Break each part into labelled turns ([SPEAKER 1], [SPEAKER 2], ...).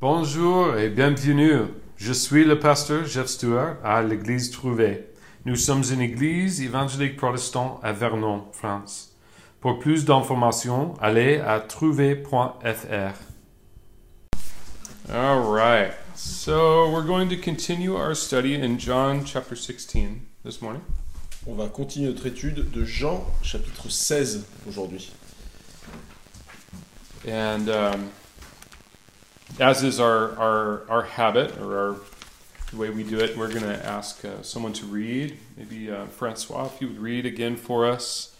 [SPEAKER 1] Bonjour et bienvenue. Je suis le pasteur Jeff Stewart à l'église Trouvé. Nous sommes une église évangélique protestante à Vernon, France. Pour plus d'informations, allez à trouvé.fr. All right. So we're going to continue our study in John chapter 16 this morning.
[SPEAKER 2] On va continuer notre étude de Jean chapitre 16 aujourd'hui.
[SPEAKER 1] And um, as is our, our, our habit or our the way we do it, we're going to ask uh, someone to read. Maybe uh, Francois, if you would read again for us.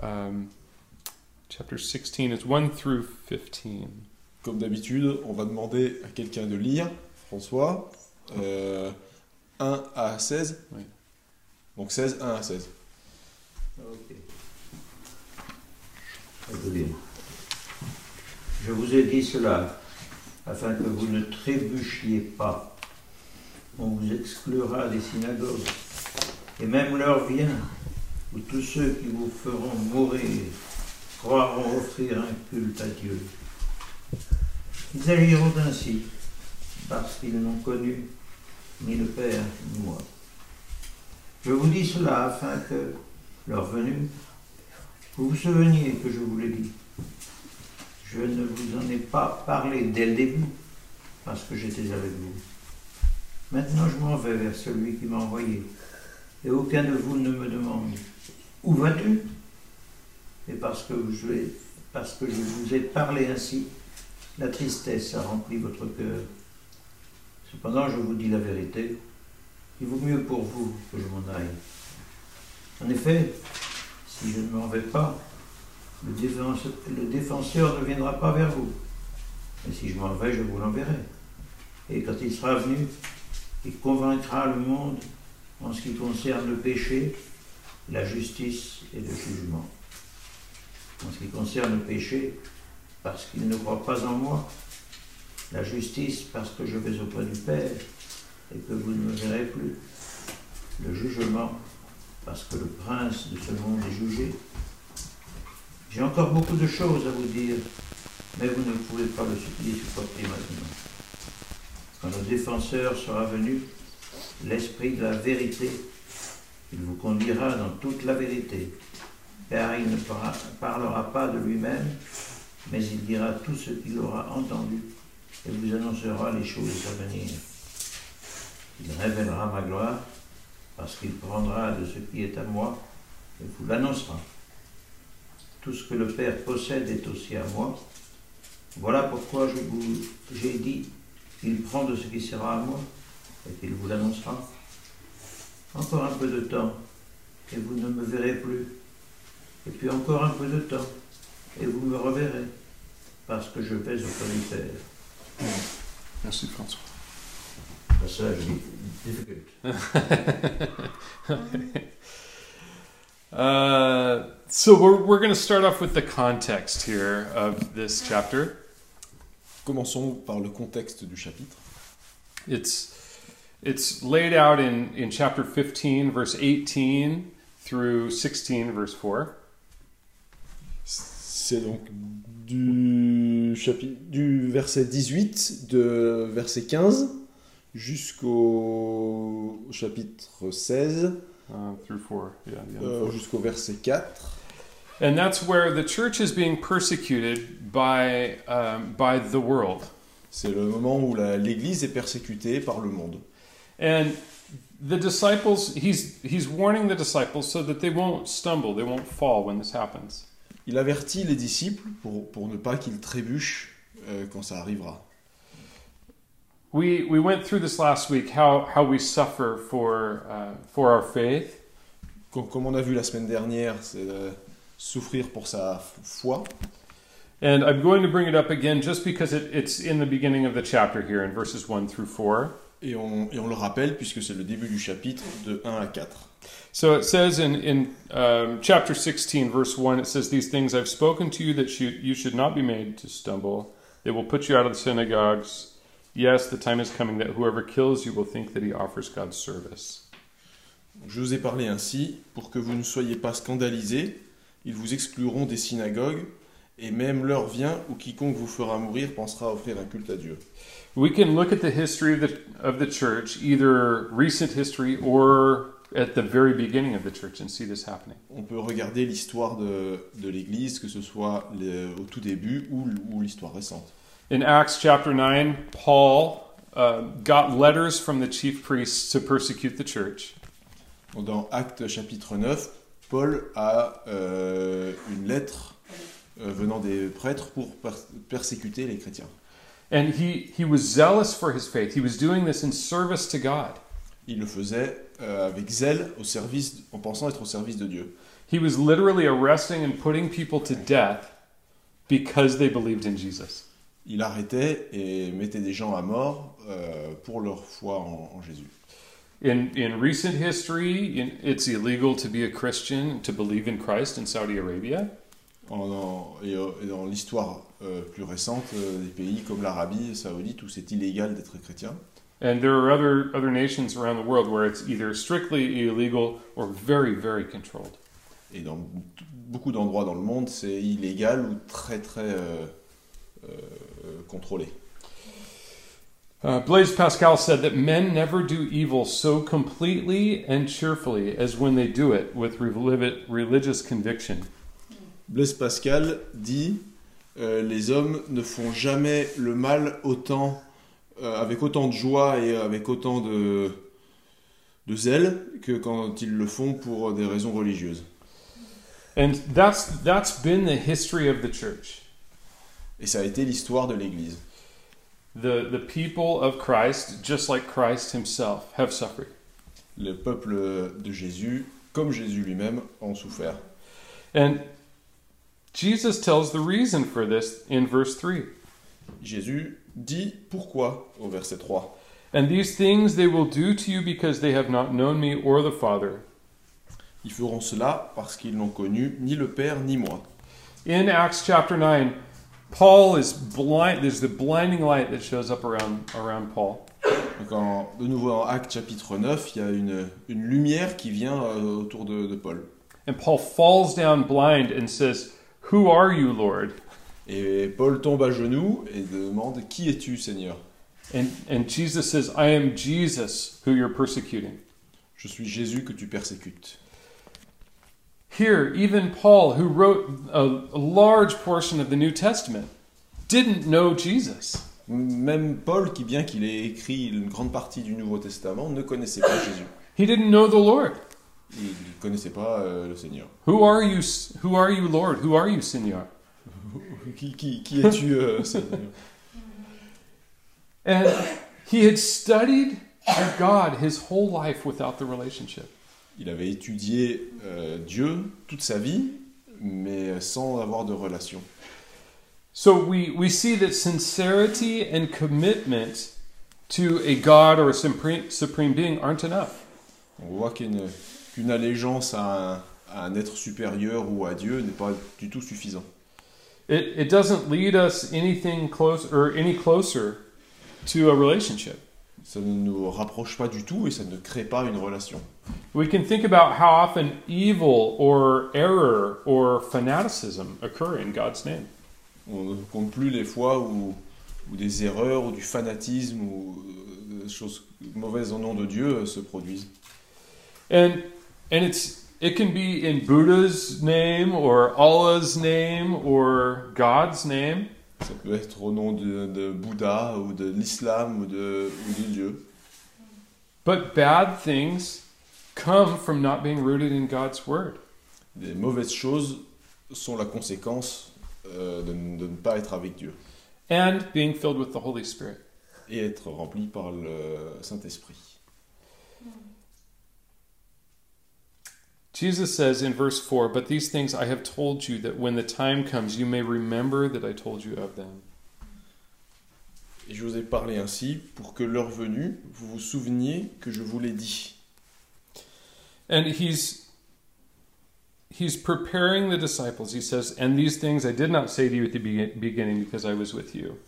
[SPEAKER 1] Um, chapter 16 is 1 through 15.
[SPEAKER 2] Comme d'habitude, on va demander à quelqu'un de lire, François, euh, 1 à 16.
[SPEAKER 1] Oui.
[SPEAKER 2] Donc 16, 1 à 16.
[SPEAKER 3] Désolé. Je vous ai dit cela afin que vous ne trébuchiez pas. On vous exclura des synagogues. Et même l'heure vient où tous ceux qui vous feront mourir croiront offrir un culte à Dieu. Ils agiront ainsi parce qu'ils n'ont connu ni le Père ni moi. Je vous dis cela afin que, leur venue, vous vous souveniez que je vous l'ai dit. Je ne vous en ai pas parlé dès le début, parce que j'étais avec vous. Maintenant, je m'en vais vers celui qui m'a envoyé, et aucun de vous ne me demande Où vas-tu Et parce que, je, ai- parce que je vous ai parlé ainsi, la tristesse a rempli votre cœur. Cependant, je vous dis la vérité il vaut mieux pour vous que je m'en aille. En effet, si je ne m'en vais pas, le défense- le défenseur ne viendra pas vers vous. Mais si je m'en vais, je vous l'enverrai. Et quand il sera venu, il convaincra le monde en ce qui concerne le péché, la justice et le jugement. En ce qui concerne le péché, parce qu'il ne croit pas en moi. La justice, parce que je vais auprès du Père et que vous ne me verrez plus. Le jugement, parce que le prince de ce monde est jugé. J'ai encore beaucoup de choses à vous dire, mais vous ne pouvez pas le su- les supporter maintenant. Quand le défenseur sera venu, l'esprit de la vérité, il vous conduira dans toute la vérité, car il ne parla- parlera pas de lui-même, mais il dira tout ce qu'il aura entendu et vous annoncera les choses à venir. Il révélera ma gloire, parce qu'il prendra de ce qui est à moi et vous l'annoncera. Tout ce que le Père possède est aussi à moi. Voilà pourquoi je vous j'ai dit, il prend de ce qui sera à moi et qu'il vous l'annoncera. Encore un peu de temps et vous ne me verrez plus. Et puis encore un peu de temps et vous me reverrez, parce que je vais au Père.
[SPEAKER 1] Merci, Francois.
[SPEAKER 3] Passage difficile.
[SPEAKER 1] Uh, so we're, we're going to start off with the context here of this chapter.
[SPEAKER 2] Commençons par le contexte du chapitre.
[SPEAKER 1] It's it's laid out in in chapter 15 verse 18 through 16 verse 4.
[SPEAKER 2] C'est donc du, chapitre, du verset 18, de verset 15 jusqu'au chapitre 16,
[SPEAKER 1] Uh, through 4. Yeah, the end of
[SPEAKER 2] euh, jusqu'au verset 4.
[SPEAKER 1] And that's where the church is being persecuted by um, by the world.
[SPEAKER 2] C'est le moment où la- l'Église est persécutée par le monde.
[SPEAKER 1] And the disciples he's he's warning the disciples so that they won't stumble, they won't fall when this happens.
[SPEAKER 2] Il avertit les disciples pour, pour ne pas qu'ils trébuchent euh, quand ça arrivera.
[SPEAKER 1] We we went through this last week how how we suffer for uh, for our faith.
[SPEAKER 2] Com- Comme, on a vu la semaine dernière, c'est euh, souffrir pour sa f- foi.
[SPEAKER 1] And I'm going to bring it up again just because it, it's in the beginning of the chapter here in verses 1 through 4.
[SPEAKER 2] Et on, et on le rappelle puisque c'est le début du chapitre de 1 à 4.
[SPEAKER 1] So it says in, in um, chapter 16, verse 1, it says, These things I've spoken to you that you, you should not be made to stumble. They will put you out of the synagogues. Yes, the time is coming that whoever kills you will think that he offers God service.
[SPEAKER 2] Je vous ai parlé ainsi pour que vous ne soyez pas scandalisés. Ils vous excluront des synagogues. et même l'heure vient où quiconque vous fera mourir pensera à offrir un culte à Dieu.
[SPEAKER 1] We can look at the history of the, of the church, either recent history or at the very beginning of the church, and see this happening.
[SPEAKER 2] On peut regarder l'histoire de, de l'Église, que ce soit le- au tout début ou, l- ou l'histoire récente.
[SPEAKER 1] In Acts chapter 9, Paul uh, got letters from the chief priests to persecute the church.
[SPEAKER 2] Donc, Dans Actes chapitre 9, Paul a euh, une lettre euh, venant des prêtres pour per- persécuter les chrétiens.
[SPEAKER 1] And he, he was zealous for his faith. He was doing this in service to God.
[SPEAKER 2] Il le faisait euh, avec zèle, au service, en pensant être au service de Dieu.
[SPEAKER 1] He was literally arresting and putting people to death because they believed in Jesus.
[SPEAKER 2] Il arrêtait et mettait des gens à mort euh, pour leur foi en- en Jésus.
[SPEAKER 1] In, in recent history, in, it's illegal to be a Christian, to believe in Christ in Saudi Arabia.
[SPEAKER 2] En- en- et, euh, et dans l'histoire euh, plus récente, euh, des pays comme l'Arabie saoudite où c'est illégal d'être chrétien.
[SPEAKER 1] And there are other, other nations around the world where it's either strictly illegal or very, very controlled.
[SPEAKER 2] Et dans t- beaucoup d'endroits dans le monde, c'est illégal ou très très euh, euh, contrôlé.
[SPEAKER 1] Uh, Blaise Pascal said that men never do evil so completely and cheerfully as when they do it with relivi- religious conviction.
[SPEAKER 2] Blaise Pascal dit euh, Les hommes ne font jamais le mal autant, euh, avec autant de joie et avec autant de, de zèle que quand ils le font pour des raisons religieuses.
[SPEAKER 1] And that's, that's been the history of the church.
[SPEAKER 2] Et ça a été l'histoire de l'Église.
[SPEAKER 1] The, the people of Christ, just like Christ himself, have suffered.
[SPEAKER 2] le peuple de Jésus, comme Jésus lui-même, ont souffert.
[SPEAKER 1] And Jesus tells the reason for this in verse 3.
[SPEAKER 2] Jésus dit pourquoi au verset 3.
[SPEAKER 1] And these things they will do to you because they have not known me or the Father.
[SPEAKER 2] Ils feront cela parce qu'ils n'ont connu ni le Père ni moi.
[SPEAKER 1] In Acts chapter 9, Paul is blind. There's the blinding light that shows up around, around Paul.
[SPEAKER 2] Donc en- de nouveau en Actes chapitre 9, il y a une, une lumière qui vient euh, autour de, de Paul.
[SPEAKER 1] And Paul falls down blind and says, Who are you, Lord?
[SPEAKER 2] Et Paul tombe à genoux et demande Qui es-tu Seigneur
[SPEAKER 1] And, and Jesus says, I am Jesus who you're persecuting.
[SPEAKER 2] Je suis Jésus que tu persécutes.
[SPEAKER 1] Here, even Paul, who wrote a, a large portion of the New Testament, didn't know Jesus.
[SPEAKER 2] Même Paul, qui bien qu'il ait écrit une grande partie du Nouveau Testament, ne connaissait pas Jésus.
[SPEAKER 1] He didn't know the Lord.
[SPEAKER 2] Il ne connaissait pas euh, le Seigneur.
[SPEAKER 1] Who are you? S- Who are you, Lord? Who are you, Senor?
[SPEAKER 2] Qui, qui, qui es-tu euh, Seigneur
[SPEAKER 1] And he had studied God his whole life without the relationship.
[SPEAKER 2] Il avait étudié euh, Dieu toute sa vie, mais sans avoir de relation.
[SPEAKER 1] So we, we see that sincerity and commitment to a God or a supreme, supreme being aren't enough.
[SPEAKER 2] On voit qu'une qu'une allégeance à un, à un être supérieur ou à Dieu n'est pas du tout suffisant.
[SPEAKER 1] It, it doesn't lead us anything close or any closer to a relationship.
[SPEAKER 2] Ça ne nous rapproche pas du tout et ça ne crée pas une relation.
[SPEAKER 1] We can think about how often evil or error or fanaticism occur in God's name.
[SPEAKER 2] On ne compte plus les fois où, où des erreurs ou du fanatisme ou euh, des choses mauvaises au nom de Dieu euh, se produisent.
[SPEAKER 1] And and it's it can be in Buddha's name or Allah's name or God's name.
[SPEAKER 2] Ça peut être au nom de, de Bouddha ou de l'islam ou de- ou de Dieu.
[SPEAKER 1] But bad things come from not being rooted in God's word.
[SPEAKER 2] Les mauvaises choses sont la conséquence euh, de, n- de ne pas être avec Dieu
[SPEAKER 1] And being filled with the Holy Spirit.
[SPEAKER 2] et être rempli par le Saint-Esprit.
[SPEAKER 1] Jesus says in verse 4, But these things I have told you that when the time comes, you may remember that I told you of them.
[SPEAKER 2] Et je vous ai parlé ainsi pour que l'heure venue, vous vous souveniez que je vous l'ai dit.
[SPEAKER 1] And he's he's preparing the disciples. He says, And these things I did not say to you at the be- beginning because I was with you.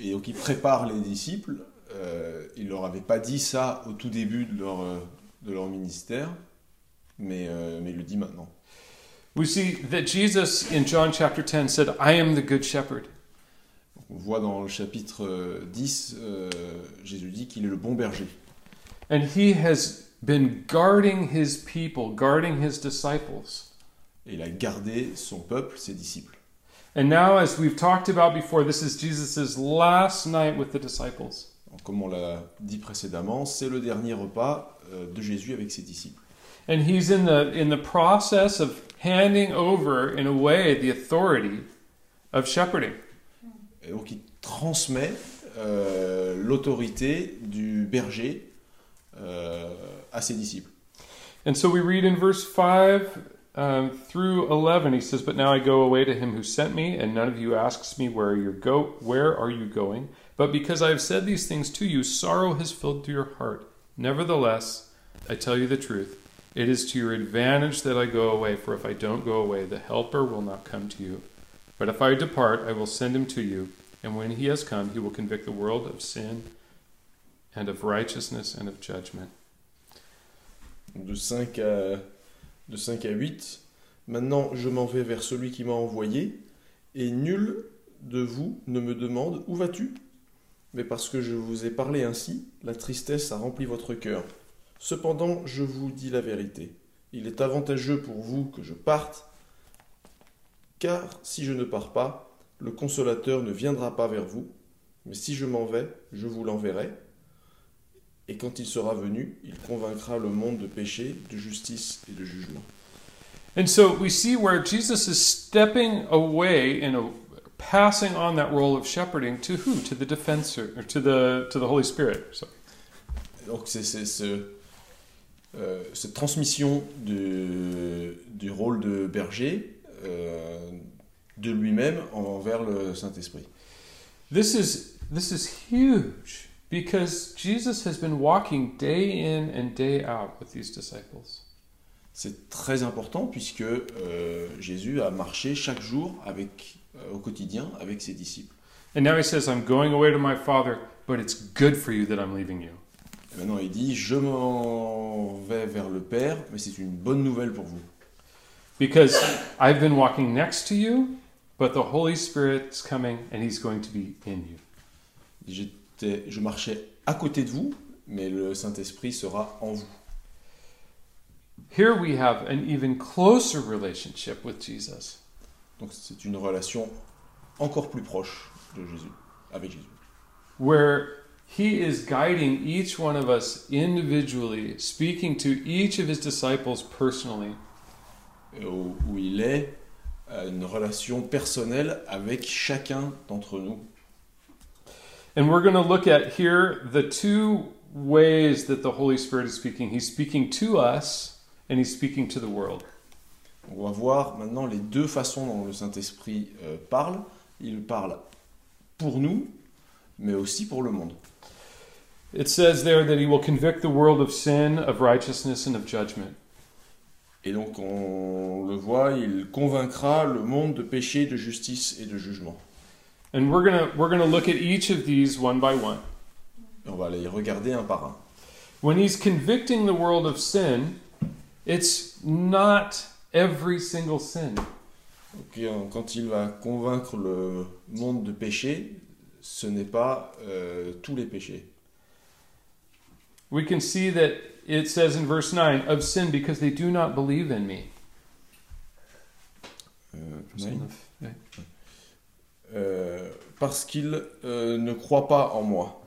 [SPEAKER 2] Et donc il prépare les disciples. euh, il leur avait pas dit ça au tout début de leur, euh, de leur ministère, mais, euh, mais il le dit maintenant.
[SPEAKER 1] We see that Jesus in John chapter 10 said, I am the good shepherd.
[SPEAKER 2] On voit dans le chapitre euh, 10, euh, Jésus dit qu'il est le bon berger.
[SPEAKER 1] And he has been guarding his people, guarding his disciples.
[SPEAKER 2] Et il a gardé son peuple, ses disciples.
[SPEAKER 1] And now, as we've talked about before, this is Jesus' last night with the disciples.
[SPEAKER 2] Donc, comme on l'a dit précédemment, c'est le dernier repas euh, de Jésus avec ses disciples.
[SPEAKER 1] And he's in the, in the process of handing over, in a way, the authority of shepherding.
[SPEAKER 2] Et donc il transmet euh, l'autorité du berger euh, à ses disciples.
[SPEAKER 1] And so we read in verse 5 um, through 11, he says, But now I go away to him who sent me, and none of you asks me, Where are you, go- where are you going? But because I have said these things to you, sorrow has filled your heart. Nevertheless, I tell you the truth. It is to your advantage that I go away, for if I don't go away, the Helper will not come to you. But if I depart, I will send him to you, and when he has come, he will convict the world of sin and of righteousness and of judgment.
[SPEAKER 2] Donc, de 5 à, de 5 à 8. Maintenant je m'en vais vers celui qui m'a envoyé, et nul de vous ne me demande Où vas-tu Mais parce que je vous ai parlé ainsi, la tristesse a rempli votre cœur. Cependant je vous dis la vérité. Il est avantageux pour vous que je parte, car si je ne pars pas, le consolateur ne viendra pas vers vous, mais si je m'en vais, je vous l'enverrai. Et quand il sera venu, il convaincra le monde de péché, de justice et de jugement.
[SPEAKER 1] And so we see where Jesus is stepping away and uh, passing on that role of shepherding to who? To the defensor, or to the to the Holy Spirit. So,
[SPEAKER 2] Donc c'est c'est ce- euh, cette transmission de- du rôle de berger euh, de lui-même envers le Saint-Esprit.
[SPEAKER 1] this is this is huge because Jesus has been walking day in and day out with these disciples.
[SPEAKER 2] C'est très important puisque euh, Jésus a marché chaque jour avec, euh, au quotidien avec ses disciples.
[SPEAKER 1] And now he says, "I'm going away to my Father, but it's good for you that I'm leaving you."
[SPEAKER 2] Et maintenant il dit, je m'en vais vers le Père, mais c'est une bonne nouvelle pour vous.
[SPEAKER 1] Because I've been walking next to you, but the Holy Spirit's coming and he's going to be in you.
[SPEAKER 2] J'étais- je marchais à côté de vous, mais le Saint-Esprit sera en vous.
[SPEAKER 1] Here we have an even closer relationship with Jesus.
[SPEAKER 2] Donc c'est une relation encore plus proche de Jésus, avec Jésus.
[SPEAKER 1] where he is guiding each one of us individually, speaking to each of his disciples personally.
[SPEAKER 2] Et Où, où il est euh, une relation personnelle avec chacun d'entre nous.
[SPEAKER 1] And we're going to look at here the two ways that the Holy Spirit is speaking. He's speaking to us and he's speaking to the world.
[SPEAKER 2] On va voir maintenant les deux façons dont le Saint-Esprit euh, parle. Il parle pour nous, mais aussi pour le monde.
[SPEAKER 1] It says there that he will convict the world of sin, of righteousness, and of judgment.
[SPEAKER 2] Et donc on le voit, il convaincra le monde de péché, de justice et de jugement.
[SPEAKER 1] And we're going to we're going to look at each of these one by one.
[SPEAKER 2] Et on va les regarder un par un.
[SPEAKER 1] When he's convicting the world of sin, it's not every single sin.
[SPEAKER 2] Donc, euh, Quand il va convaincre le monde de péché, ce n'est pas euh, tous les péchés.
[SPEAKER 1] we can see that it says in verse 9 of sin because they do not believe in me
[SPEAKER 2] Euh,
[SPEAKER 1] Yeah.
[SPEAKER 2] euh, parce qu'ils euh, ne croient pas en moi.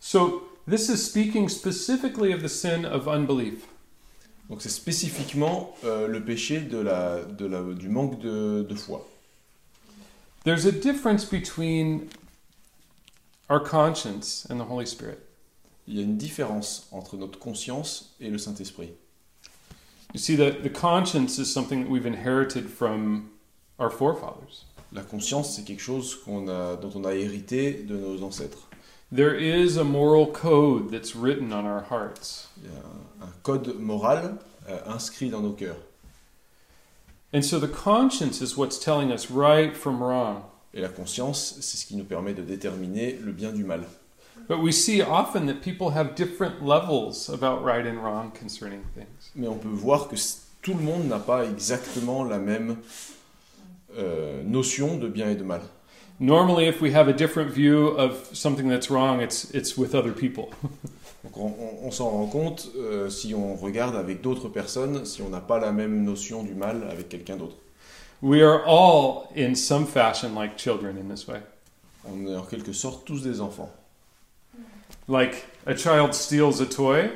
[SPEAKER 1] so this is speaking specifically of the sin of unbelief
[SPEAKER 2] Donc c'est spécifiquement euh, le péché de la, de la- du manque de, de foi.
[SPEAKER 1] there's a difference between our conscience and the holy spirit
[SPEAKER 2] Il y a une différence entre notre conscience et le Saint-Esprit.
[SPEAKER 1] you see that the conscience is something that we've inherited from our forefathers
[SPEAKER 2] La conscience, c'est quelque chose qu'on a, dont on a hérité de nos ancêtres.
[SPEAKER 1] there is a moral code that's written on our hearts
[SPEAKER 2] Il y a un, un code moral euh, inscrit dans nos cœurs.
[SPEAKER 1] and so the conscience is what's telling us right from wrong
[SPEAKER 2] Et la conscience, c'est ce qui nous permet de déterminer le bien du mal.
[SPEAKER 1] But we see often that people have different levels about right and wrong concerning things.
[SPEAKER 2] Mais on peut voir que c- tout le monde n'a pas exactement la même euh, notion de bien et de mal.
[SPEAKER 1] Normally, if we have a different view of something that's wrong, it's, it's with other people.
[SPEAKER 2] Donc on, on- on s'en rend compte euh, si on regarde avec d'autres personnes, si on n'a pas la même notion du mal avec quelqu'un d'autre.
[SPEAKER 1] We are all, in some fashion, like children in this way.
[SPEAKER 2] On est en quelque sorte tous des enfants.
[SPEAKER 1] Like a child steals a toy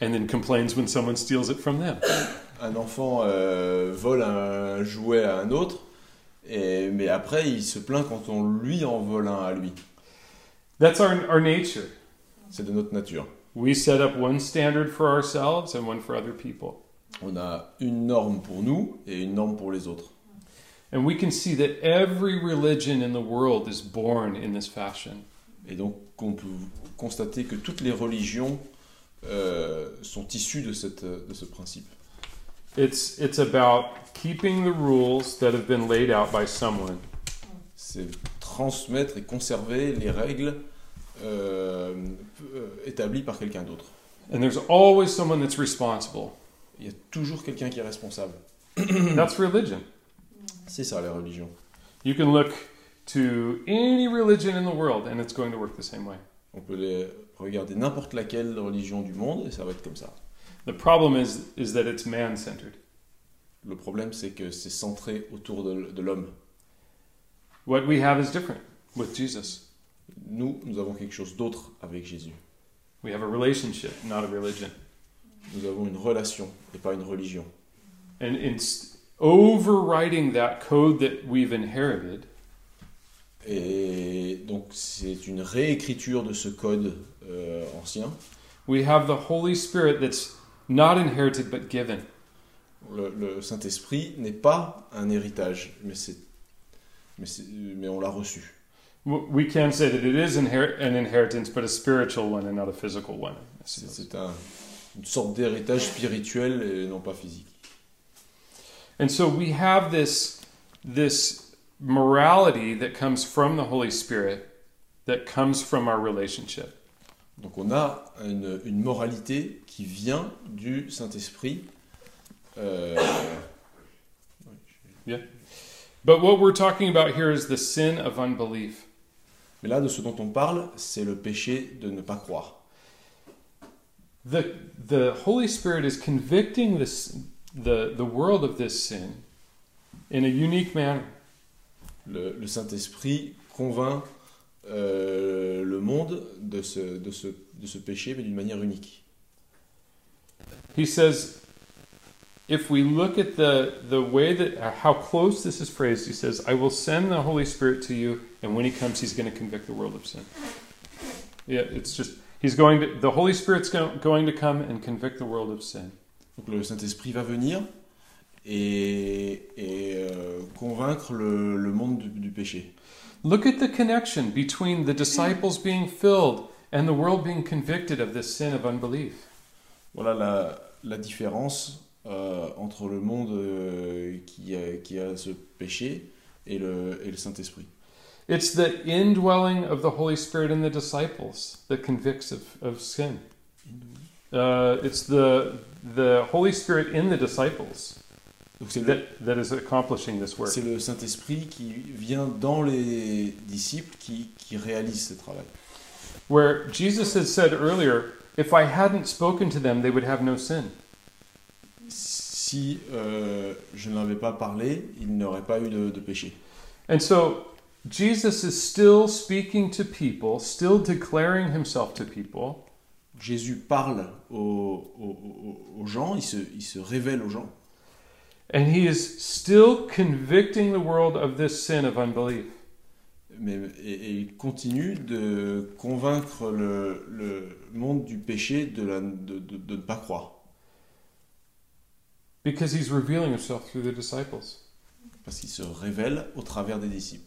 [SPEAKER 1] and then complains when someone steals it from them.
[SPEAKER 2] Un enfant euh, vole un jouet à un autre, et, mais après il se plaint quand on lui en vole un à lui.
[SPEAKER 1] That's our, our nature.
[SPEAKER 2] C'est de notre nature.
[SPEAKER 1] We set up one standard for ourselves and one for other people.
[SPEAKER 2] On a une norme pour nous et une norme pour les autres.
[SPEAKER 1] And we can see that every religion in the world is born in this fashion.
[SPEAKER 2] Et donc on peut constater que toutes les religions euh, sont issues de, cette- de ce principe.
[SPEAKER 1] It's, it's about keeping the rules that have been laid out by someone.
[SPEAKER 2] c'est transmettre et conserver les règles euh, euh, établies par quelqu'un d'autre.
[SPEAKER 1] And there's always someone that's responsible.
[SPEAKER 2] Il y a toujours quelqu'un qui est responsable.
[SPEAKER 1] That's religion.
[SPEAKER 2] C'est ça la religion.
[SPEAKER 1] You can look to any religion in the world and it's going to work the same way.
[SPEAKER 2] On peut les regarder n'importe laquelle religion du monde et ça va être comme ça.
[SPEAKER 1] The problem is is that it's man-centered.
[SPEAKER 2] Le problème c'est que c'est centré autour de, l- de l'homme.
[SPEAKER 1] What we have is different with Jesus.
[SPEAKER 2] Nous, nous avons quelque chose d'autre avec Jésus.
[SPEAKER 1] We have a relationship, not a religion.
[SPEAKER 2] Nous avons une relation et pas une religion.
[SPEAKER 1] And it's overriding that code that we've inherited
[SPEAKER 2] Et donc c'est une réécriture de ce code euh, ancien.
[SPEAKER 1] We have the Holy Spirit that's not inherited but given.
[SPEAKER 2] Le, le Saint-Esprit n'est pas un héritage, mais, c'est, mais, c'est- mais on l'a reçu.
[SPEAKER 1] W- We can say that it is inher- an inheritance, but a spiritual one and not a physical one. I
[SPEAKER 2] C'est,
[SPEAKER 1] suppose.
[SPEAKER 2] c'est un- une sorte d'héritage spirituel et non pas physique.
[SPEAKER 1] And so we have this this morality that comes from the Holy Spirit, that comes from our relationship.
[SPEAKER 2] Donc on a une, une moralité qui vient du Saint-Esprit. Euh,
[SPEAKER 1] But what we're talking about here is the sin of unbelief.
[SPEAKER 2] mais là, de ce dont on parle, c'est le péché de ne pas croire.
[SPEAKER 1] The the Holy Spirit is convicting this the the world of this sin in a unique manner.
[SPEAKER 2] Le, le Saint-Esprit convainc euh, le monde de ce, de ce- de ce péché, mais d'une manière unique.
[SPEAKER 1] He says, if we look at the, the way that, uh, how close this is phrased, he says, I will send the Holy Spirit to you, and when he comes, he's going to convict the world of sin. Yeah, it's just, he's going to, the Holy Spirit's go, going to come and convict the world of sin.
[SPEAKER 2] Donc le Saint-Esprit va venir et, et, euh, convaincre le, le monde du, du péché.
[SPEAKER 1] Look at the connection between the disciples being filled and the world being convicted of this sin of unbelief.
[SPEAKER 2] Voilà la, la différence euh, entre le monde euh, qui, a, qui a ce péché et le, et le Saint-Esprit.
[SPEAKER 1] It's the indwelling of the Holy Spirit in the disciples that convicts of, of sin. Uh, it's the the Holy Spirit in the disciples
[SPEAKER 2] Donc c'est le,
[SPEAKER 1] that, that is accomplishing this work.
[SPEAKER 2] c'est le Saint-Esprit qui vient dans les disciples qui, qui réalise ce travail.
[SPEAKER 1] Where Jesus had said earlier, if I hadn't spoken to them, they would have no sin.
[SPEAKER 2] Si euh, je ne l'avais pas parlé, il n'aurait pas eu de, de péché.
[SPEAKER 1] And so Jesus is still speaking to people, still declaring himself to people,
[SPEAKER 2] Jésus parle aux, aux- aux- aux gens, il se- il se révèle aux gens.
[SPEAKER 1] and he is still convicting the world of this sin of unbelief.
[SPEAKER 2] Mais, et, et il continue de convaincre le, le monde du péché de, la- de- de- de ne pas croire.
[SPEAKER 1] Because he's revealing himself through the disciples.
[SPEAKER 2] Parce qu'il se révèle au travers des disciples.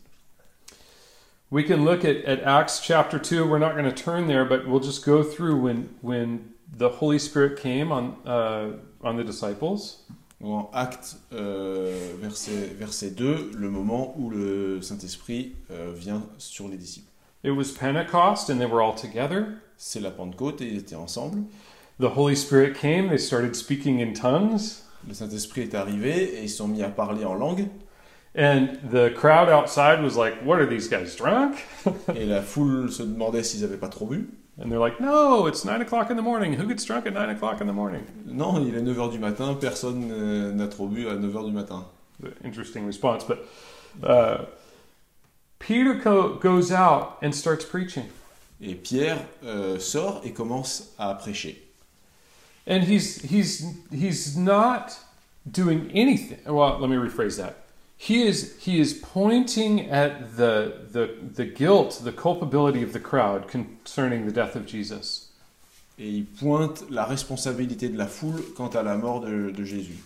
[SPEAKER 1] We can look at, at Acts chapter 2. We're not going to turn there, but we'll just go through when, when the Holy Spirit came on, uh, on the disciples.
[SPEAKER 2] Dans Acte, euh, verset, verset 2, le moment où le Saint-Esprit euh, vient sur les disciples.
[SPEAKER 1] It was Pentecost, and they were all together.
[SPEAKER 2] C'est la Pentecôte et ils étaient ensemble.
[SPEAKER 1] The Holy Spirit came, they started speaking in tongues.
[SPEAKER 2] le Saint-Esprit est arrivé et ils se sont mis à parler en langue.
[SPEAKER 1] And the crowd outside was like, What are these guys drunk?
[SPEAKER 2] Et la foule se demandait s'ils n'avaient pas trop bu.
[SPEAKER 1] And they're like, No, it's nine o'clock in the morning. Who gets drunk at nine o'clock in the morning?
[SPEAKER 2] Non, il est 9h du matin, personne euh, n'a trop bu à 9h du matin.
[SPEAKER 1] Interesting response. But uh, Peter co- goes out and starts preaching.
[SPEAKER 2] Et Pierre euh, sort et commence à prêcher.
[SPEAKER 1] And he's he's he's not doing anything. Well, let me rephrase that. He is he is pointing at the the the guilt, the culpability of the crowd concerning the death of Jesus.
[SPEAKER 2] Et il pointe la responsabilité de la foule quant à la mort de, de Jésus.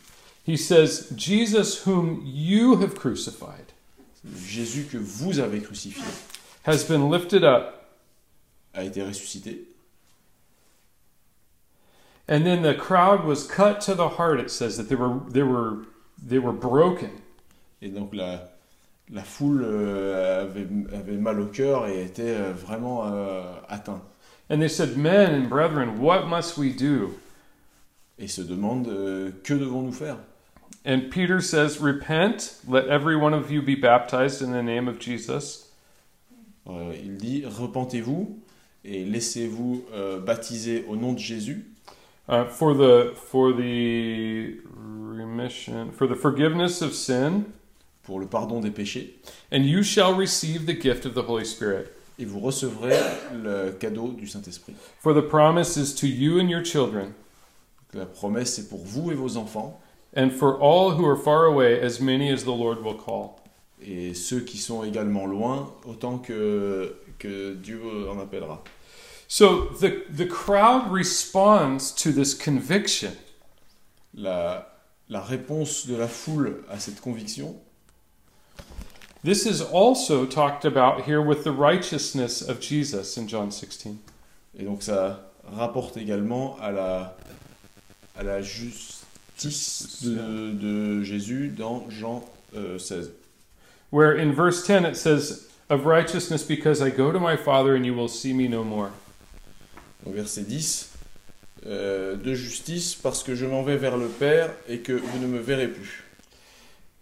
[SPEAKER 1] He says, "Jesus whom you have crucified
[SPEAKER 2] Jésus que vous avez crucifié
[SPEAKER 1] has been lifted up."
[SPEAKER 2] a été ressuscité.
[SPEAKER 1] And then the crowd was cut to the heart. It says that they were they were they were broken.
[SPEAKER 2] Et donc la, la foule euh, avait, avait mal au cœur et était euh, vraiment euh, atteinte.
[SPEAKER 1] And they said, "Men and brethren, what must we do?"
[SPEAKER 2] Et se demande euh, que devons-nous faire
[SPEAKER 1] And Peter says, Repent, let every one of you be baptized in the name of Jesus,
[SPEAKER 2] Euh, Il dit repentez-vous et laissez-vous euh, baptiser au nom de Jésus
[SPEAKER 1] uh, for the for the remission for the forgiveness of sin,
[SPEAKER 2] pour le pardon des péchés
[SPEAKER 1] and you shall receive the gift of the Holy Spirit.
[SPEAKER 2] et vous recevrez le cadeau du Saint-Esprit.
[SPEAKER 1] For the promise is to you and your children,
[SPEAKER 2] Donc, La promesse c'est pour vous et vos enfants
[SPEAKER 1] and for all who are far away, as many as the Lord will call.
[SPEAKER 2] et ceux qui sont également loin autant que, que Dieu en appellera.
[SPEAKER 1] So the the crowd responds to this conviction,
[SPEAKER 2] La, la réponse de la foule à cette conviction,
[SPEAKER 1] This is also talked about here with the righteousness of Jesus in John 16.
[SPEAKER 2] et donc ça rapporte également à la, à la justice de, de Jésus dans Jean euh, 16.
[SPEAKER 1] Where in verse 10 it says, Of righteousness, because I go to my Father and you will see me no more.
[SPEAKER 2] Au verset 10, euh, de justice parce que je m'en vais vers le Père et que vous ne me verrez plus.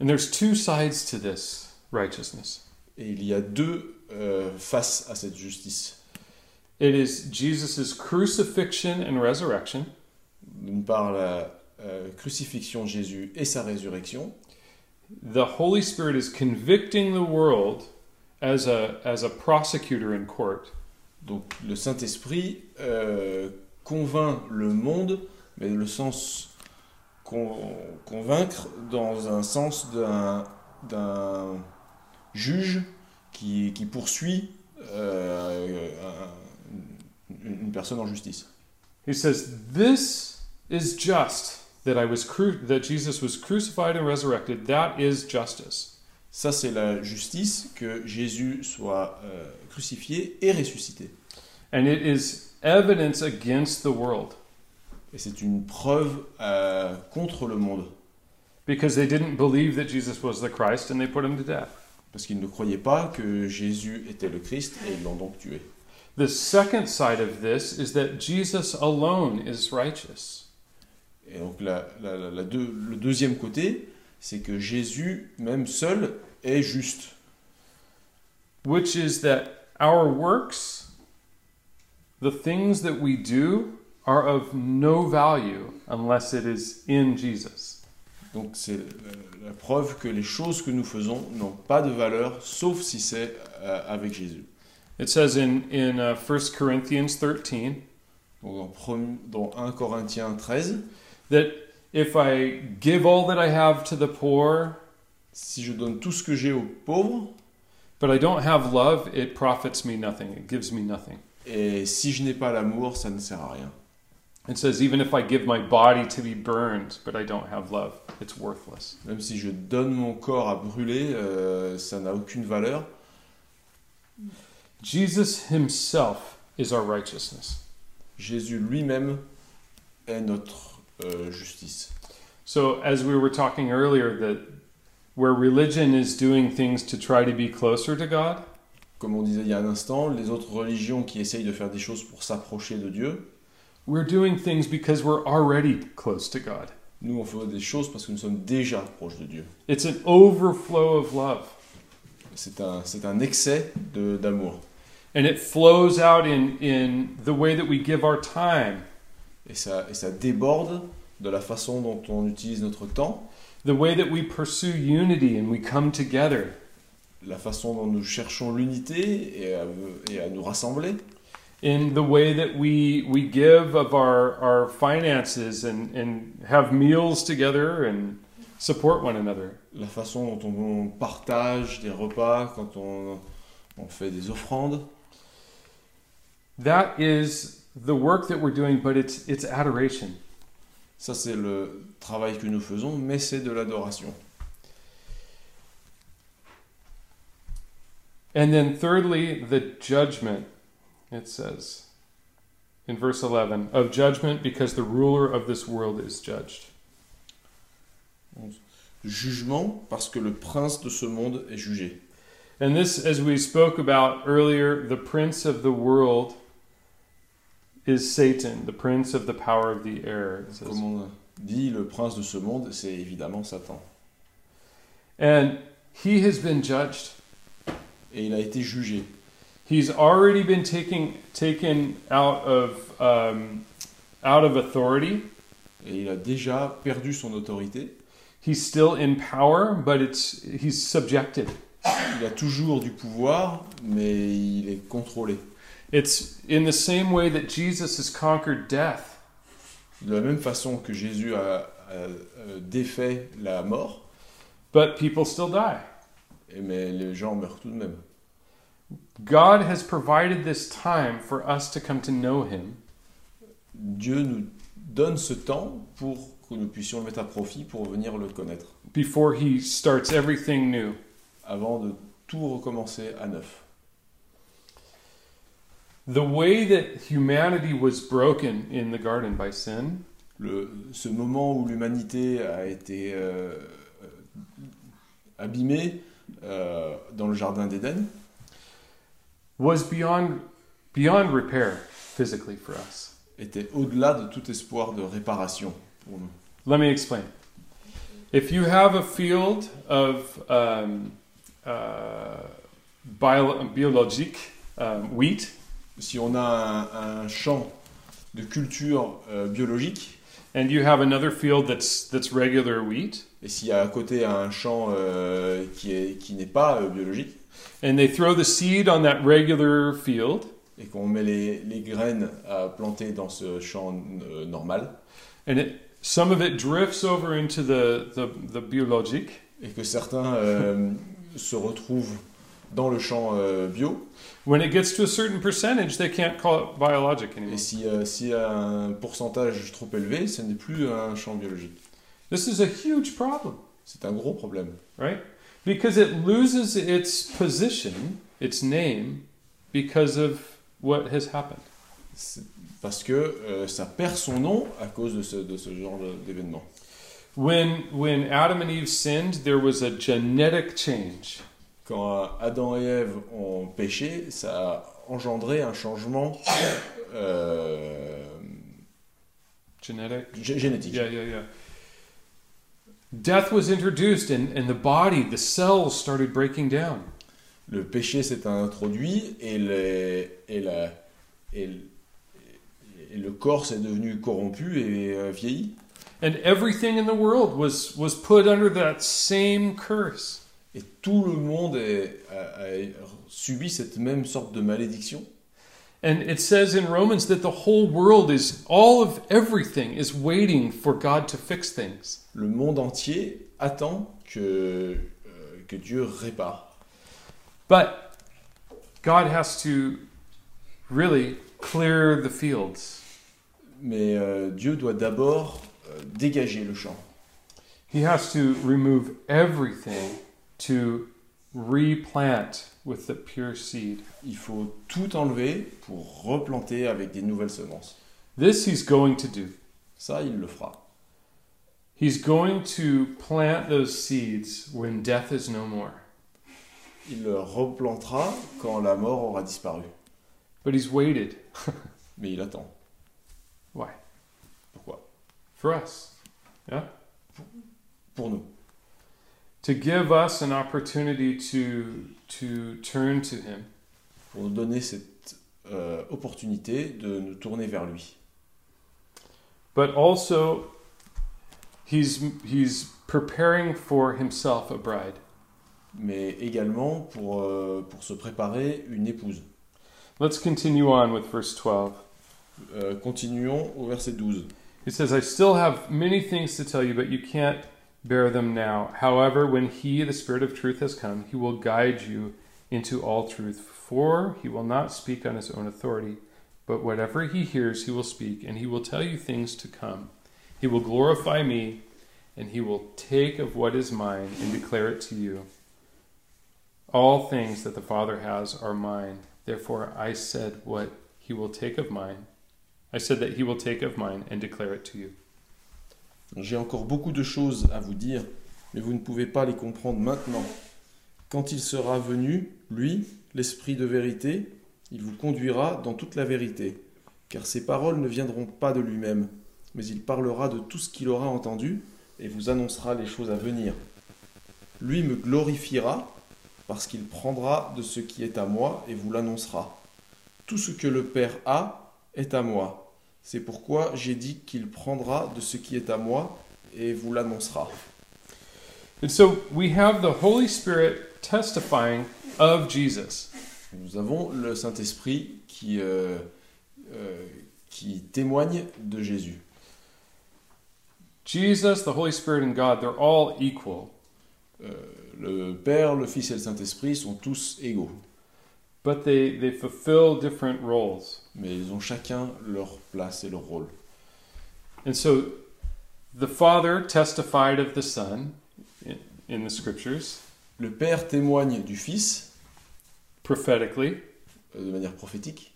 [SPEAKER 1] And there's two sides to this righteousness
[SPEAKER 2] Et il y a deux euh, faces à cette justice.
[SPEAKER 1] it is Jesus' crucifixion and resurrection,
[SPEAKER 2] D'une part, la euh, crucifixion de Jésus et sa résurrection.
[SPEAKER 1] the Holy Spirit is convicting the world as a, as a prosecutor in court,
[SPEAKER 2] Donc le Saint-Esprit euh, convainc le monde, mais le sens con- convaincre dans un sens d'un- d'un juge qui, qui poursuit euh, un- une, une personne en justice.
[SPEAKER 1] He says, "This is just that I was cru- that Jesus was crucified and resurrected. That is justice."
[SPEAKER 2] Ça, c'est la justice, que Jésus soit euh, crucifié et ressuscité.
[SPEAKER 1] And it is evidence against the world
[SPEAKER 2] Et c'est une preuve euh, contre le monde,
[SPEAKER 1] because they didn't believe that Jesus was the Christ and they put him to death.
[SPEAKER 2] parce qu'ils ne croyaient pas que Jésus était le Christ et ils l'ont donc tué.
[SPEAKER 1] The second side of this is that Jesus alone is righteous.
[SPEAKER 2] Et donc la- la- la- la deux- le deuxième côté, c'est que Jésus, même seul, est juste.
[SPEAKER 1] which is that our works, the things that we do, are of no value unless it is in Jesus.
[SPEAKER 2] Donc c'est euh, la, la preuve que les choses que nous faisons n'ont pas de valeur, sauf si c'est euh, avec Jésus.
[SPEAKER 1] It says in, in uh, 1 Corinthians 13
[SPEAKER 2] Donc en premi- dans 1 Corinthiens 13,
[SPEAKER 1] that if I give all that I have to the poor,
[SPEAKER 2] si je donne tout ce que j'ai aux pauvres,
[SPEAKER 1] but I don't have love, it profits me nothing. It gives me nothing.
[SPEAKER 2] et si je n'ai pas l'amour, ça ne sert à rien.
[SPEAKER 1] It says, even if I give my body to be burned, but I don't have love, it's worthless.
[SPEAKER 2] Même si je donne mon corps à brûler, euh, ça n'a aucune valeur.
[SPEAKER 1] Jesus himself is our righteousness.
[SPEAKER 2] Jésus lui-même est notre euh, justice.
[SPEAKER 1] So, as we were talking earlier, that where religion is doing things to try to be closer to God,
[SPEAKER 2] Comme on disait il y a un instant, les autres religions qui essayent de faire des choses pour s'approcher de Dieu,
[SPEAKER 1] we're doing things because we're already close to God.
[SPEAKER 2] Nous, on fait des choses parce que nous sommes déjà proches de Dieu.
[SPEAKER 1] It's an overflow of love,
[SPEAKER 2] C'est un, c'est un excès de- d'amour.
[SPEAKER 1] and it flows out in, in the way that we give our time,
[SPEAKER 2] Et ça, et ça déborde de la façon dont on utilise notre temps,
[SPEAKER 1] the way that we pursue unity and we come together.
[SPEAKER 2] la façon dont nous cherchons l'unité et à, et à nous rassembler,
[SPEAKER 1] In the way that we, we give of our, our finances and, and have meals together and support one another.
[SPEAKER 2] la façon dont on, on partage des repas, quand on, on fait des offrandes.
[SPEAKER 1] That is the work that we're doing, but it's, it's adoration.
[SPEAKER 2] Ça, c'est le travail que nous faisons, mais c'est de l'adoration.
[SPEAKER 1] And then, thirdly, the judgment, it says in verse 11 of judgment because the ruler of this world is judged.
[SPEAKER 2] Jugement, parce que le prince de ce monde est jugé.
[SPEAKER 1] And this, as we spoke about earlier, the prince of the world is Satan, the prince of the power of the air. It says.
[SPEAKER 2] Comme on dit, le prince de ce monde, c'est évidemment Satan.
[SPEAKER 1] And he has been judged.
[SPEAKER 2] Et il a été jugé.
[SPEAKER 1] He's already been taken taken out of um, out of authority.
[SPEAKER 2] Et il a déjà perdu son autorité.
[SPEAKER 1] He's still in power, but it's he's subjected.
[SPEAKER 2] Il a toujours du pouvoir, mais il est contrôlé.
[SPEAKER 1] It's in the same way that Jesus has conquered death.
[SPEAKER 2] De la même façon que Jésus a, a- a défait la mort,
[SPEAKER 1] But people still die.
[SPEAKER 2] et- mais les gens meurent tout de même.
[SPEAKER 1] God has provided this time for us to come to know Him,
[SPEAKER 2] Dieu nous donne ce temps pour que nous puissions le mettre à profit pour venir le connaître,
[SPEAKER 1] before He starts everything new.
[SPEAKER 2] avant de tout recommencer à neuf.
[SPEAKER 1] The way that humanity was broken in the garden by sin
[SPEAKER 2] Le, ce moment où l'humanité a été euh, euh, abîmée euh, dans le Jardin d'Éden,
[SPEAKER 1] was beyond beyond repair physically for us.
[SPEAKER 2] était au-delà de tout espoir de réparation pour nous.
[SPEAKER 1] Let me explain. If you have a field of um, uh, bio- biologique um, wheat,
[SPEAKER 2] Si on a un, un champ de culture euh, biologique,
[SPEAKER 1] and you have another field that's that's regular wheat
[SPEAKER 2] et s'il y a à côté un champ euh, qui est- qui n'est pas euh, biologique,
[SPEAKER 1] and they throw the seed on that regular field
[SPEAKER 2] et qu'on met les, les graines à planter dans ce champ euh, normal,
[SPEAKER 1] and it some of it drifts over into the the, the biologique
[SPEAKER 2] et que certains euh, se retrouvent dans le champ euh, bio,
[SPEAKER 1] when it gets to a certain percentage they can't call it biologic anymore
[SPEAKER 2] et si, euh, s'il y a un pourcentage trop élevé, ce n'est plus un champ biologique.
[SPEAKER 1] this is a huge problem
[SPEAKER 2] C'est un gros problème,
[SPEAKER 1] right because it loses its position its name because of what has happened
[SPEAKER 2] C'est- parce que euh, ça perd son nom à cause de ce, de ce genre de- d'événement.
[SPEAKER 1] when when adam and eve sinned there was a genetic change
[SPEAKER 2] Quand Adam et Ève ont péché, ça a engendré un changement euh,
[SPEAKER 1] genetic
[SPEAKER 2] gé- génétique.
[SPEAKER 1] Yeah, yeah, yeah. Death was introduced, and, and the body, the cells started breaking down.
[SPEAKER 2] Le péché s'est introduit et, les- et la- et le- et le corps s'est devenu corrompu et euh, vieilli.
[SPEAKER 1] And everything in the world was, was put under that same curse.
[SPEAKER 2] Et tout le monde est- a, a subi cette même sorte de malédiction.
[SPEAKER 1] And it says in Romans that the whole world is, all of everything is waiting for God to fix things.
[SPEAKER 2] Le monde entier attend que, euh, que Dieu répare.
[SPEAKER 1] But God has to really clear the fields.
[SPEAKER 2] Mais euh, Dieu doit d'abord euh, dégager le champ.
[SPEAKER 1] He has to remove everything to replant with the pure seed.
[SPEAKER 2] Il faut tout enlever pour replanter avec des nouvelles semences.
[SPEAKER 1] This he's going to do.
[SPEAKER 2] Ça, il le fera.
[SPEAKER 1] He's going to plant those seeds when death is no more.
[SPEAKER 2] Il le replantera quand la mort aura disparu.
[SPEAKER 1] But he's waited.
[SPEAKER 2] Mais il attend.
[SPEAKER 1] Why?
[SPEAKER 2] Pourquoi
[SPEAKER 1] For us. Yeah.
[SPEAKER 2] Pour- Pour nous.
[SPEAKER 1] to give us an opportunity to to turn to him
[SPEAKER 2] Pour nous donner cette euh, opportunité de nous tourner vers lui.
[SPEAKER 1] but also he's he's preparing for himself a bride
[SPEAKER 2] Mais également pour, euh, pour se préparer une épouse.
[SPEAKER 1] let's continue on with verse 12
[SPEAKER 2] Euh, continuons au verset 12.
[SPEAKER 1] he says i still have many things to tell you but you can't bear them now however when he the spirit of truth has come he will guide you into all truth for he will not speak on his own authority but whatever he hears he will speak and he will tell you things to come he will glorify me and he will take of what is mine and declare it to you all things that the father has are mine therefore i said what he will take of mine i said that he will take of mine and declare it to you
[SPEAKER 2] J'ai encore beaucoup de choses à vous dire, mais vous ne pouvez pas les comprendre maintenant. Quand il sera venu, lui, l'Esprit de vérité, il vous conduira dans toute la vérité, car ses paroles ne viendront pas de lui-même, mais il parlera de tout ce qu'il aura entendu et vous annoncera les choses à venir. Lui me glorifiera, parce qu'il prendra de ce qui est à moi et vous l'annoncera. Tout ce que le Père a est à moi. C'est pourquoi j'ai dit qu'il prendra de ce qui est à moi et vous l'annoncera.
[SPEAKER 1] and so we have the holy spirit testifying of jesus
[SPEAKER 2] Nous avons le Saint-Esprit qui, euh, euh, qui témoigne de Jésus.
[SPEAKER 1] jesus the holy spirit and god they're all equal
[SPEAKER 2] Euh, le Père, le Fils et le Saint-Esprit sont tous égaux,
[SPEAKER 1] but they they fulfill different roles
[SPEAKER 2] mais ils ont chacun leur place et leur rôle.
[SPEAKER 1] And so the Father testified of the Son in, in the scriptures
[SPEAKER 2] Le Père témoigne du Fils
[SPEAKER 1] prophetically.
[SPEAKER 2] euh, de manière prophétique.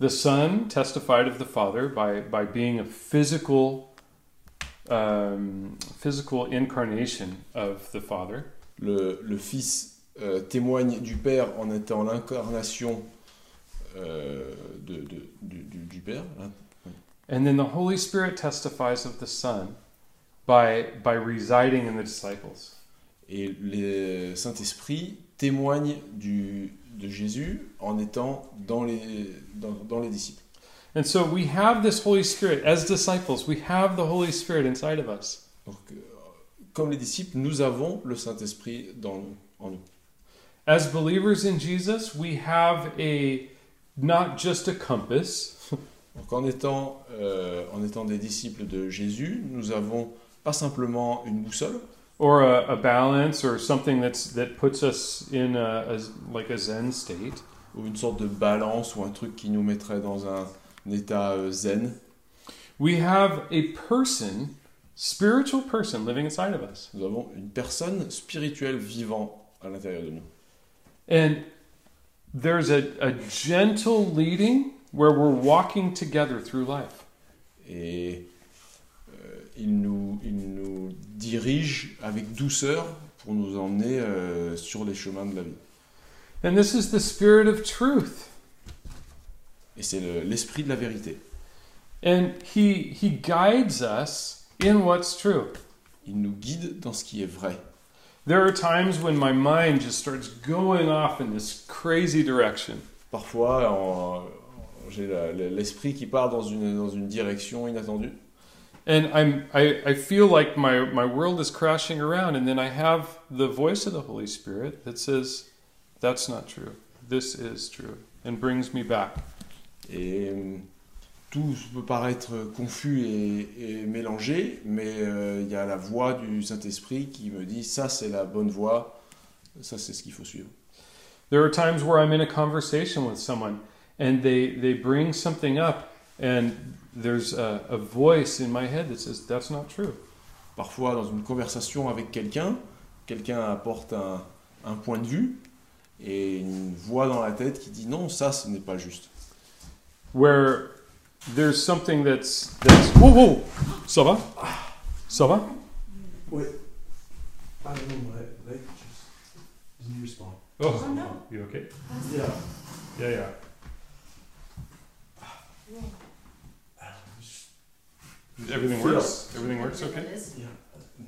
[SPEAKER 1] The Son testified of the Father by, by being a physical um, physical incarnation of the Father.
[SPEAKER 2] Le, le Fils euh, témoigne du Père en étant l'incarnation euh, de- de- du, du- du Père, hein, l'in-
[SPEAKER 1] And then the Holy Spirit testifies of the Son by by residing in the disciples.
[SPEAKER 2] Et le Saint-Esprit témoigne du- de Jésus en étant dans les, dans, dans les disciples.
[SPEAKER 1] And so we have this Holy Spirit as disciples. We have the Holy Spirit inside of us.
[SPEAKER 2] Donc, euh, comme les disciples, nous avons le Saint-Esprit dans nous- en nous.
[SPEAKER 1] As believers in Jesus, we have a not just a compass,
[SPEAKER 2] Donc, en étant, euh, en étant des disciples de Jésus, nous avons pas simplement une boussole
[SPEAKER 1] or a, a balance, or something that's that puts us in a, a- like a Zen state,
[SPEAKER 2] ou une sorte de balance ou un truc qui nous mettrait dans un, un état euh, zen.
[SPEAKER 1] we have a person, spiritual person, living inside of us,
[SPEAKER 2] Nous avons une personne spirituelle vivant à l'intérieur de nous.
[SPEAKER 1] and there's a, a gentle leading where we're walking together through life.
[SPEAKER 2] et euh, il, nous, il nous dirige avec douceur pour nous emmener euh, sur les chemins de la vie.
[SPEAKER 1] And this is the spirit of truth.
[SPEAKER 2] Et c'est le- l'esprit de la vérité.
[SPEAKER 1] And he he guides us in what's true.
[SPEAKER 2] Il nous guide dans ce qui est vrai.
[SPEAKER 1] There are times when my mind just starts going off in this crazy direction.
[SPEAKER 2] Parfois, en- en- j'ai la- la- l'esprit qui part dans une, dans une direction inattendue.
[SPEAKER 1] And I'm I, I feel like my, my world is crashing around and then I have the voice of the Holy Spirit that says, That's not true. This is true and brings me back.
[SPEAKER 2] Et euh, tout peut paraître confus et, et mélangé, mais euh, il y a la voix du Saint-Esprit qui me dit ça c'est la bonne voie, ça c'est ce qu'il faut suivre.
[SPEAKER 1] There are times where I'm in a conversation with someone and they, they bring something up and there's a, a voice in my head that says, That's not true.
[SPEAKER 2] parfois dans une conversation avec quelqu'un, quelqu'un apporte un, un point de vue et une voix dans la tête qui dit non, ça ce n'est pas juste.
[SPEAKER 1] where there's something that's that's whoa whoa ça va ça va
[SPEAKER 2] Ah,
[SPEAKER 4] I don't know, that, that just didn't respond.
[SPEAKER 1] oh, you okay
[SPEAKER 4] Yeah.
[SPEAKER 1] yeah yeah
[SPEAKER 4] It's just-
[SPEAKER 1] Everything works? Everything works, okay?
[SPEAKER 5] Yeah.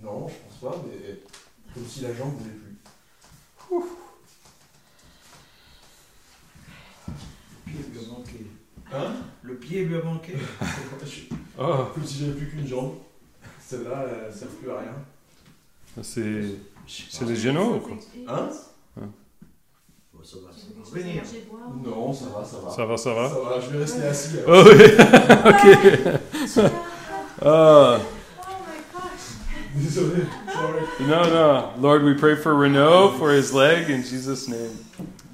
[SPEAKER 2] Non, je pense pas, mais comme si la jambe voulait plus.
[SPEAKER 3] Le pied lui a manqué.
[SPEAKER 2] Hein
[SPEAKER 3] Le pied lui a manqué.
[SPEAKER 2] Je-
[SPEAKER 1] Oh,
[SPEAKER 2] Comme si j'avais plus qu'une jambe. Celle-là, elle sert plus à rien.
[SPEAKER 1] c'est. C'est des genoux, quoi.
[SPEAKER 2] Hein
[SPEAKER 3] Bon, ça va, ça va revenir.
[SPEAKER 2] Non, ça va, ça va.
[SPEAKER 1] Ça va, ça
[SPEAKER 2] Ça
[SPEAKER 1] va?
[SPEAKER 2] va, je vais rester assis. alors.
[SPEAKER 1] Oh, oui! ok! Ah.
[SPEAKER 2] Désolé, sorry.
[SPEAKER 1] No, no. Lord, we pray for Renault, for his leg, in Jesus' name.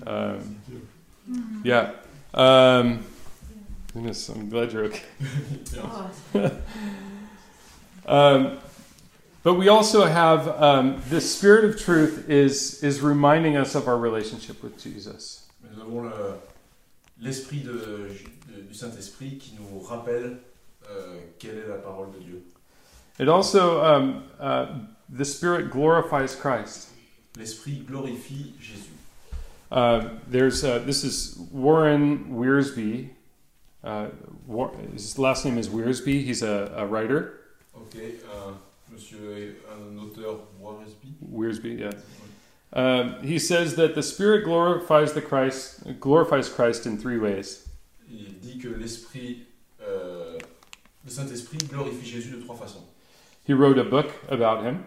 [SPEAKER 1] Um, yeah. Um, goodness, I'm glad you're okay. Um, but we also have um, the Spirit of Truth is, is reminding us of our relationship with Jesus.
[SPEAKER 2] Mais Nous avons le- l'esprit de- de- du Saint-Esprit qui nous rappelle euh, quelle est la parole de Dieu.
[SPEAKER 1] It also, um, uh, the Spirit glorifies Christ.
[SPEAKER 2] L'esprit glorifie Jésus.
[SPEAKER 1] Uh, there's uh, this is Warren Wearsby. Uh, War- his last name is Wearsby. He's a, a writer.
[SPEAKER 2] Ok, un monsieur, est un auteur, Waresby.
[SPEAKER 1] Wearsby, yeah. Um, he says that the Spirit glorifies the Christ glorifies Christ in three ways.
[SPEAKER 2] Il dit que l'esprit, euh, le Saint-Esprit glorifie Jésus de trois façons.
[SPEAKER 1] He wrote a book about him,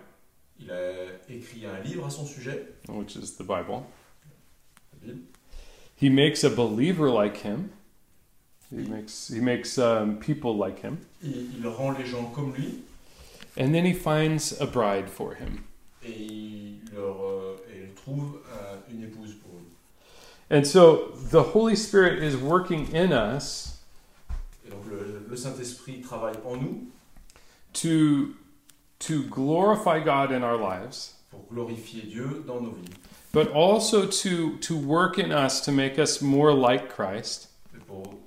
[SPEAKER 2] Il a écrit un livre à son sujet,
[SPEAKER 1] which is the Bible.
[SPEAKER 2] la Bible.
[SPEAKER 1] He makes a believer like him. He makes he makes um, people like him,
[SPEAKER 2] et il rend les gens comme lui
[SPEAKER 1] and then he finds a bride for him.
[SPEAKER 2] et il, leur, euh, et il trouve euh, une épouse pour eux.
[SPEAKER 1] And so the Holy Spirit is working in us.
[SPEAKER 2] Et donc le, le Saint-Esprit travaille en nous
[SPEAKER 1] to to glorify God in our lives,
[SPEAKER 2] pour glorifier Dieu dans nos vies,
[SPEAKER 1] but also to to work in us to make us more like Christ,
[SPEAKER 2] et pour, pour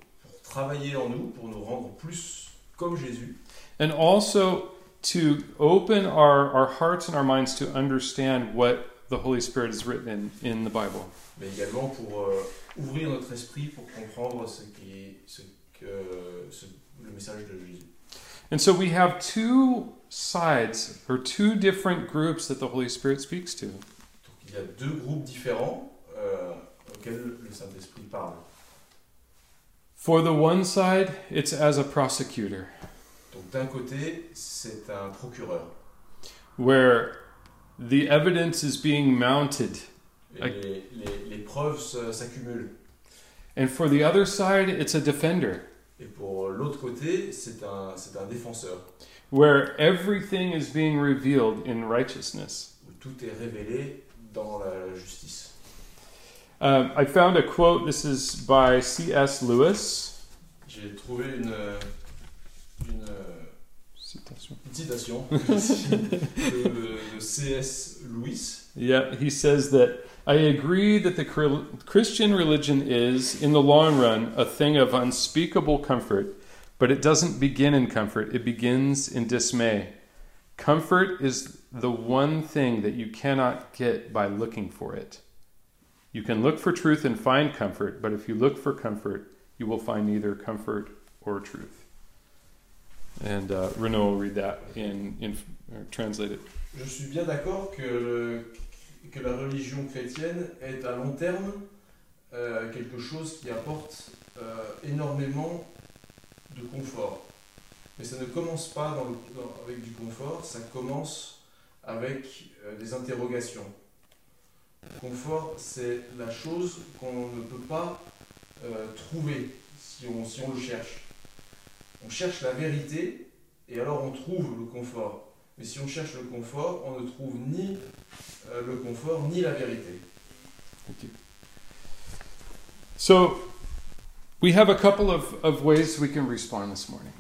[SPEAKER 2] travailler en nous, pour nous rendre plus comme Jésus,
[SPEAKER 1] and also to open our, our hearts and our minds to understand what the Holy Spirit has written in, in the Bible.
[SPEAKER 2] mais également pour euh, ouvrir notre esprit pour comprendre ce qui est, ce que, ce- le message de Jésus.
[SPEAKER 1] And so we have two sides or two different groups that the Holy Spirit speaks to.
[SPEAKER 2] Donc il y a deux groupes différents euh, auxquels le Saint-Esprit parle.
[SPEAKER 1] For the one side, it's as a prosecutor,
[SPEAKER 2] Donc d'un côté, c'est un procureur.
[SPEAKER 1] where the evidence is being mounted
[SPEAKER 2] Et
[SPEAKER 1] Ok.
[SPEAKER 2] les, les- les preuves se- s'accumulent.
[SPEAKER 1] And for the other side, it's a defender,
[SPEAKER 2] Et pour l'autre côté, c'est un, c'est un défenseur,
[SPEAKER 1] where everything is being revealed in righteousness.
[SPEAKER 2] où tout est révélé dans la justice.
[SPEAKER 1] Um, I found a quote. This is by C.S. Lewis.
[SPEAKER 2] J'ai trouvé une, euh, une, euh, une citation de, de C.S. Lewis.
[SPEAKER 1] Yeah, he says that I agree that the cr- Christian religion is, in the long run, a thing of unspeakable comfort, but it doesn't begin in comfort, it begins in dismay. Comfort is the one thing that you cannot get by looking for it. You can look for truth and find comfort, but if you look for comfort, you will find neither comfort or truth. And uh, Renault will read that in, in or translate it.
[SPEAKER 2] Je suis bien d'accord que, le- que la religion chrétienne est à long terme euh, quelque chose qui apporte euh, énormément de confort. Mais ça ne commence pas dans le- dans- avec du confort, ça commence avec euh, des interrogations. Confort, c'est la chose qu'on ne peut pas euh, trouver si on, si on le cherche. On cherche la vérité et alors on trouve le confort. Mais si on cherche le confort, on ne trouve ni euh, le confort ni la vérité.
[SPEAKER 1] So, we have a couple of, of ways we can respond this morning.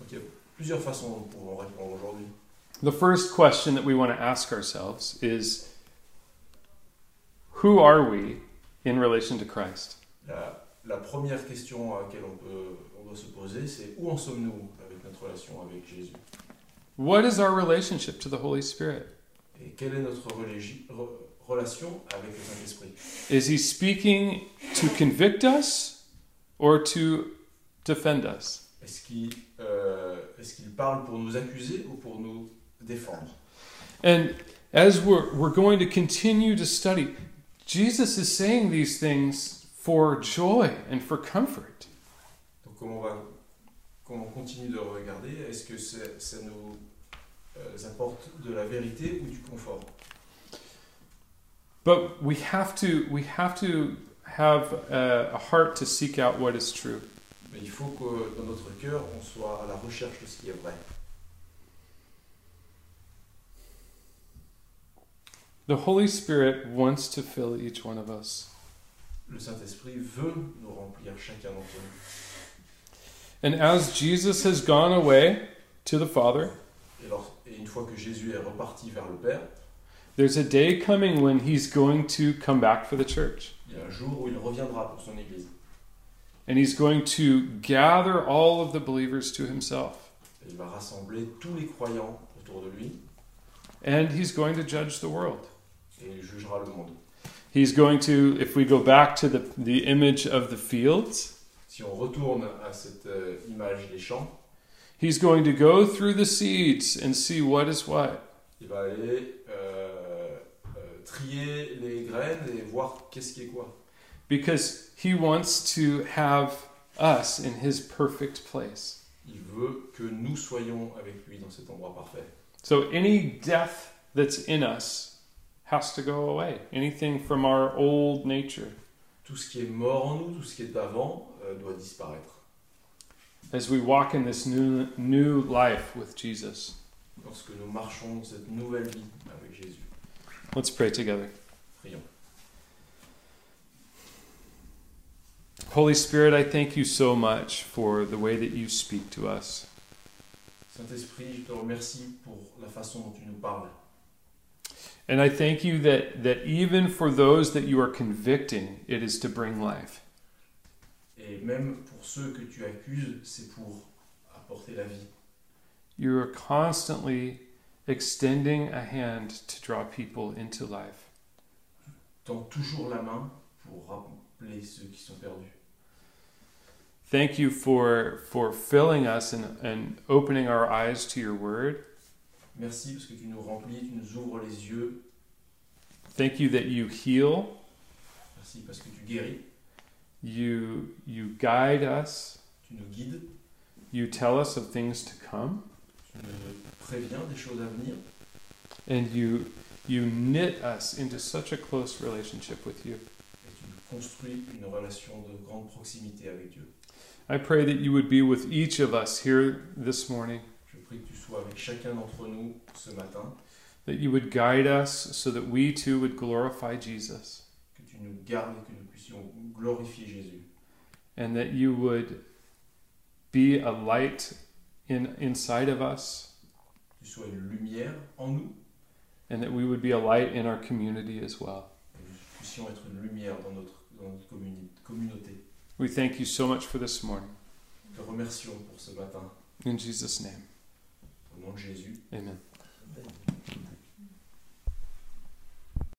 [SPEAKER 2] Donc il y a plusieurs façons dont nous pouvons répondre aujourd'hui.
[SPEAKER 1] The first question that we want to ask ourselves is Who are we in relation to Christ?
[SPEAKER 2] La, la première question à laquelle on, peut, on doit se poser, c'est où en sommes-nous avec notre relation avec Jésus
[SPEAKER 1] What is our relationship to the Holy Spirit?
[SPEAKER 2] Et quelle est notre religi- re- relation avec le Saint-Esprit
[SPEAKER 1] Is He speaking to convict us or to defend us?
[SPEAKER 2] Est-ce qu'il euh, est-ce Est-ce qu'il parle pour nous accuser ou pour nous défendre
[SPEAKER 1] And as we're, we're going to continue to study, Jesus is saying these things for joy and for comfort.
[SPEAKER 2] Donc comme on, va, comme on continue de regarder, est-ce que c'est- ça nous euh, apporte de la vérité ou du confort
[SPEAKER 1] But we have to, we have, to have uh, a, a heart to seek out what is true.
[SPEAKER 2] Mais il faut que dans notre cœur, on soit à la recherche de ce qui est vrai.
[SPEAKER 1] The Holy Spirit wants to fill each one of us.
[SPEAKER 2] Le Saint-Esprit veut nous remplir chacun d'entre nous.
[SPEAKER 1] And as Jesus has gone away to the Father,
[SPEAKER 2] Et, lors- et une fois que Jésus est reparti vers le Père,
[SPEAKER 1] there's a day coming when he's going to come back for the church.
[SPEAKER 2] il y a un jour où il reviendra pour son Église.
[SPEAKER 1] And he's going to gather all of the believers to himself.
[SPEAKER 2] Et il va rassembler tous les croyants autour de lui
[SPEAKER 1] And he's going to judge the world.
[SPEAKER 2] et il jugera le monde.
[SPEAKER 1] He's going to, if we go back to the, the image of the fields,
[SPEAKER 2] Si on retourne à cette euh, image des champs,
[SPEAKER 1] he's going to go through the seeds and see what is what.
[SPEAKER 2] il va aller euh, euh, trier les graines et voir qu'est-ce qui est quoi.
[SPEAKER 1] Because he wants to have us in his perfect place.
[SPEAKER 2] Il veut que nous soyons avec lui dans cet endroit parfait.
[SPEAKER 1] So any death that's in us has to go away. Anything from our old nature.
[SPEAKER 2] Tout ce qui est mort en nous, tout ce qui est d'avant, euh, doit disparaître.
[SPEAKER 1] As we walk in this new, new life with Jesus.
[SPEAKER 2] Lorsque nous marchons dans cette nouvelle vie avec Jésus,
[SPEAKER 1] Let's pray together.
[SPEAKER 2] prions.
[SPEAKER 1] Holy Spirit, I thank you so much for the way that you speak to us.
[SPEAKER 2] Saint-Esprit, je te remercie pour la façon dont tu nous parles.
[SPEAKER 1] And I thank you that, that even for those that you are convicting, it is to bring life.
[SPEAKER 2] Et même pour ceux que tu accuses, c'est pour apporter la vie.
[SPEAKER 1] You are constantly extending a hand to draw people into life.
[SPEAKER 2] Tends toujours la main pour rappeler ceux qui sont perdus.
[SPEAKER 1] Thank you for, for filling us and, and opening our eyes to your word.
[SPEAKER 2] Merci parce que tu nous remplis, tu nous ouvres les yeux.
[SPEAKER 1] Thank you that you heal,
[SPEAKER 2] Merci parce que tu guéris,
[SPEAKER 1] you, you guide us,
[SPEAKER 2] tu nous guides,
[SPEAKER 1] you tell us of things to come.
[SPEAKER 2] tu nous préviens des choses à venir.
[SPEAKER 1] and you you knit us into such a close relationship with you.
[SPEAKER 2] Et tu nous construis une relation de grande proximité avec Dieu.
[SPEAKER 1] I pray that you would be with each of us here this morning,
[SPEAKER 2] Je prie que tu sois avec chacun d'entre nous ce matin,
[SPEAKER 1] that you would guide us so that we too would glorify Jesus,
[SPEAKER 2] que tu nous gardes et que nous puissions glorifier Jésus.
[SPEAKER 1] and that you would be a light in inside of us,
[SPEAKER 2] tu sois une lumière en nous,
[SPEAKER 1] and that we would be a light in our community as well.
[SPEAKER 2] que nous puissions être une lumière dans notre, dans notre communi- communauté.
[SPEAKER 1] We thank you so much for this morning.
[SPEAKER 2] Te remercions pour ce matin.
[SPEAKER 1] In Jesus' name,
[SPEAKER 2] Au nom de Jésus.
[SPEAKER 1] amen.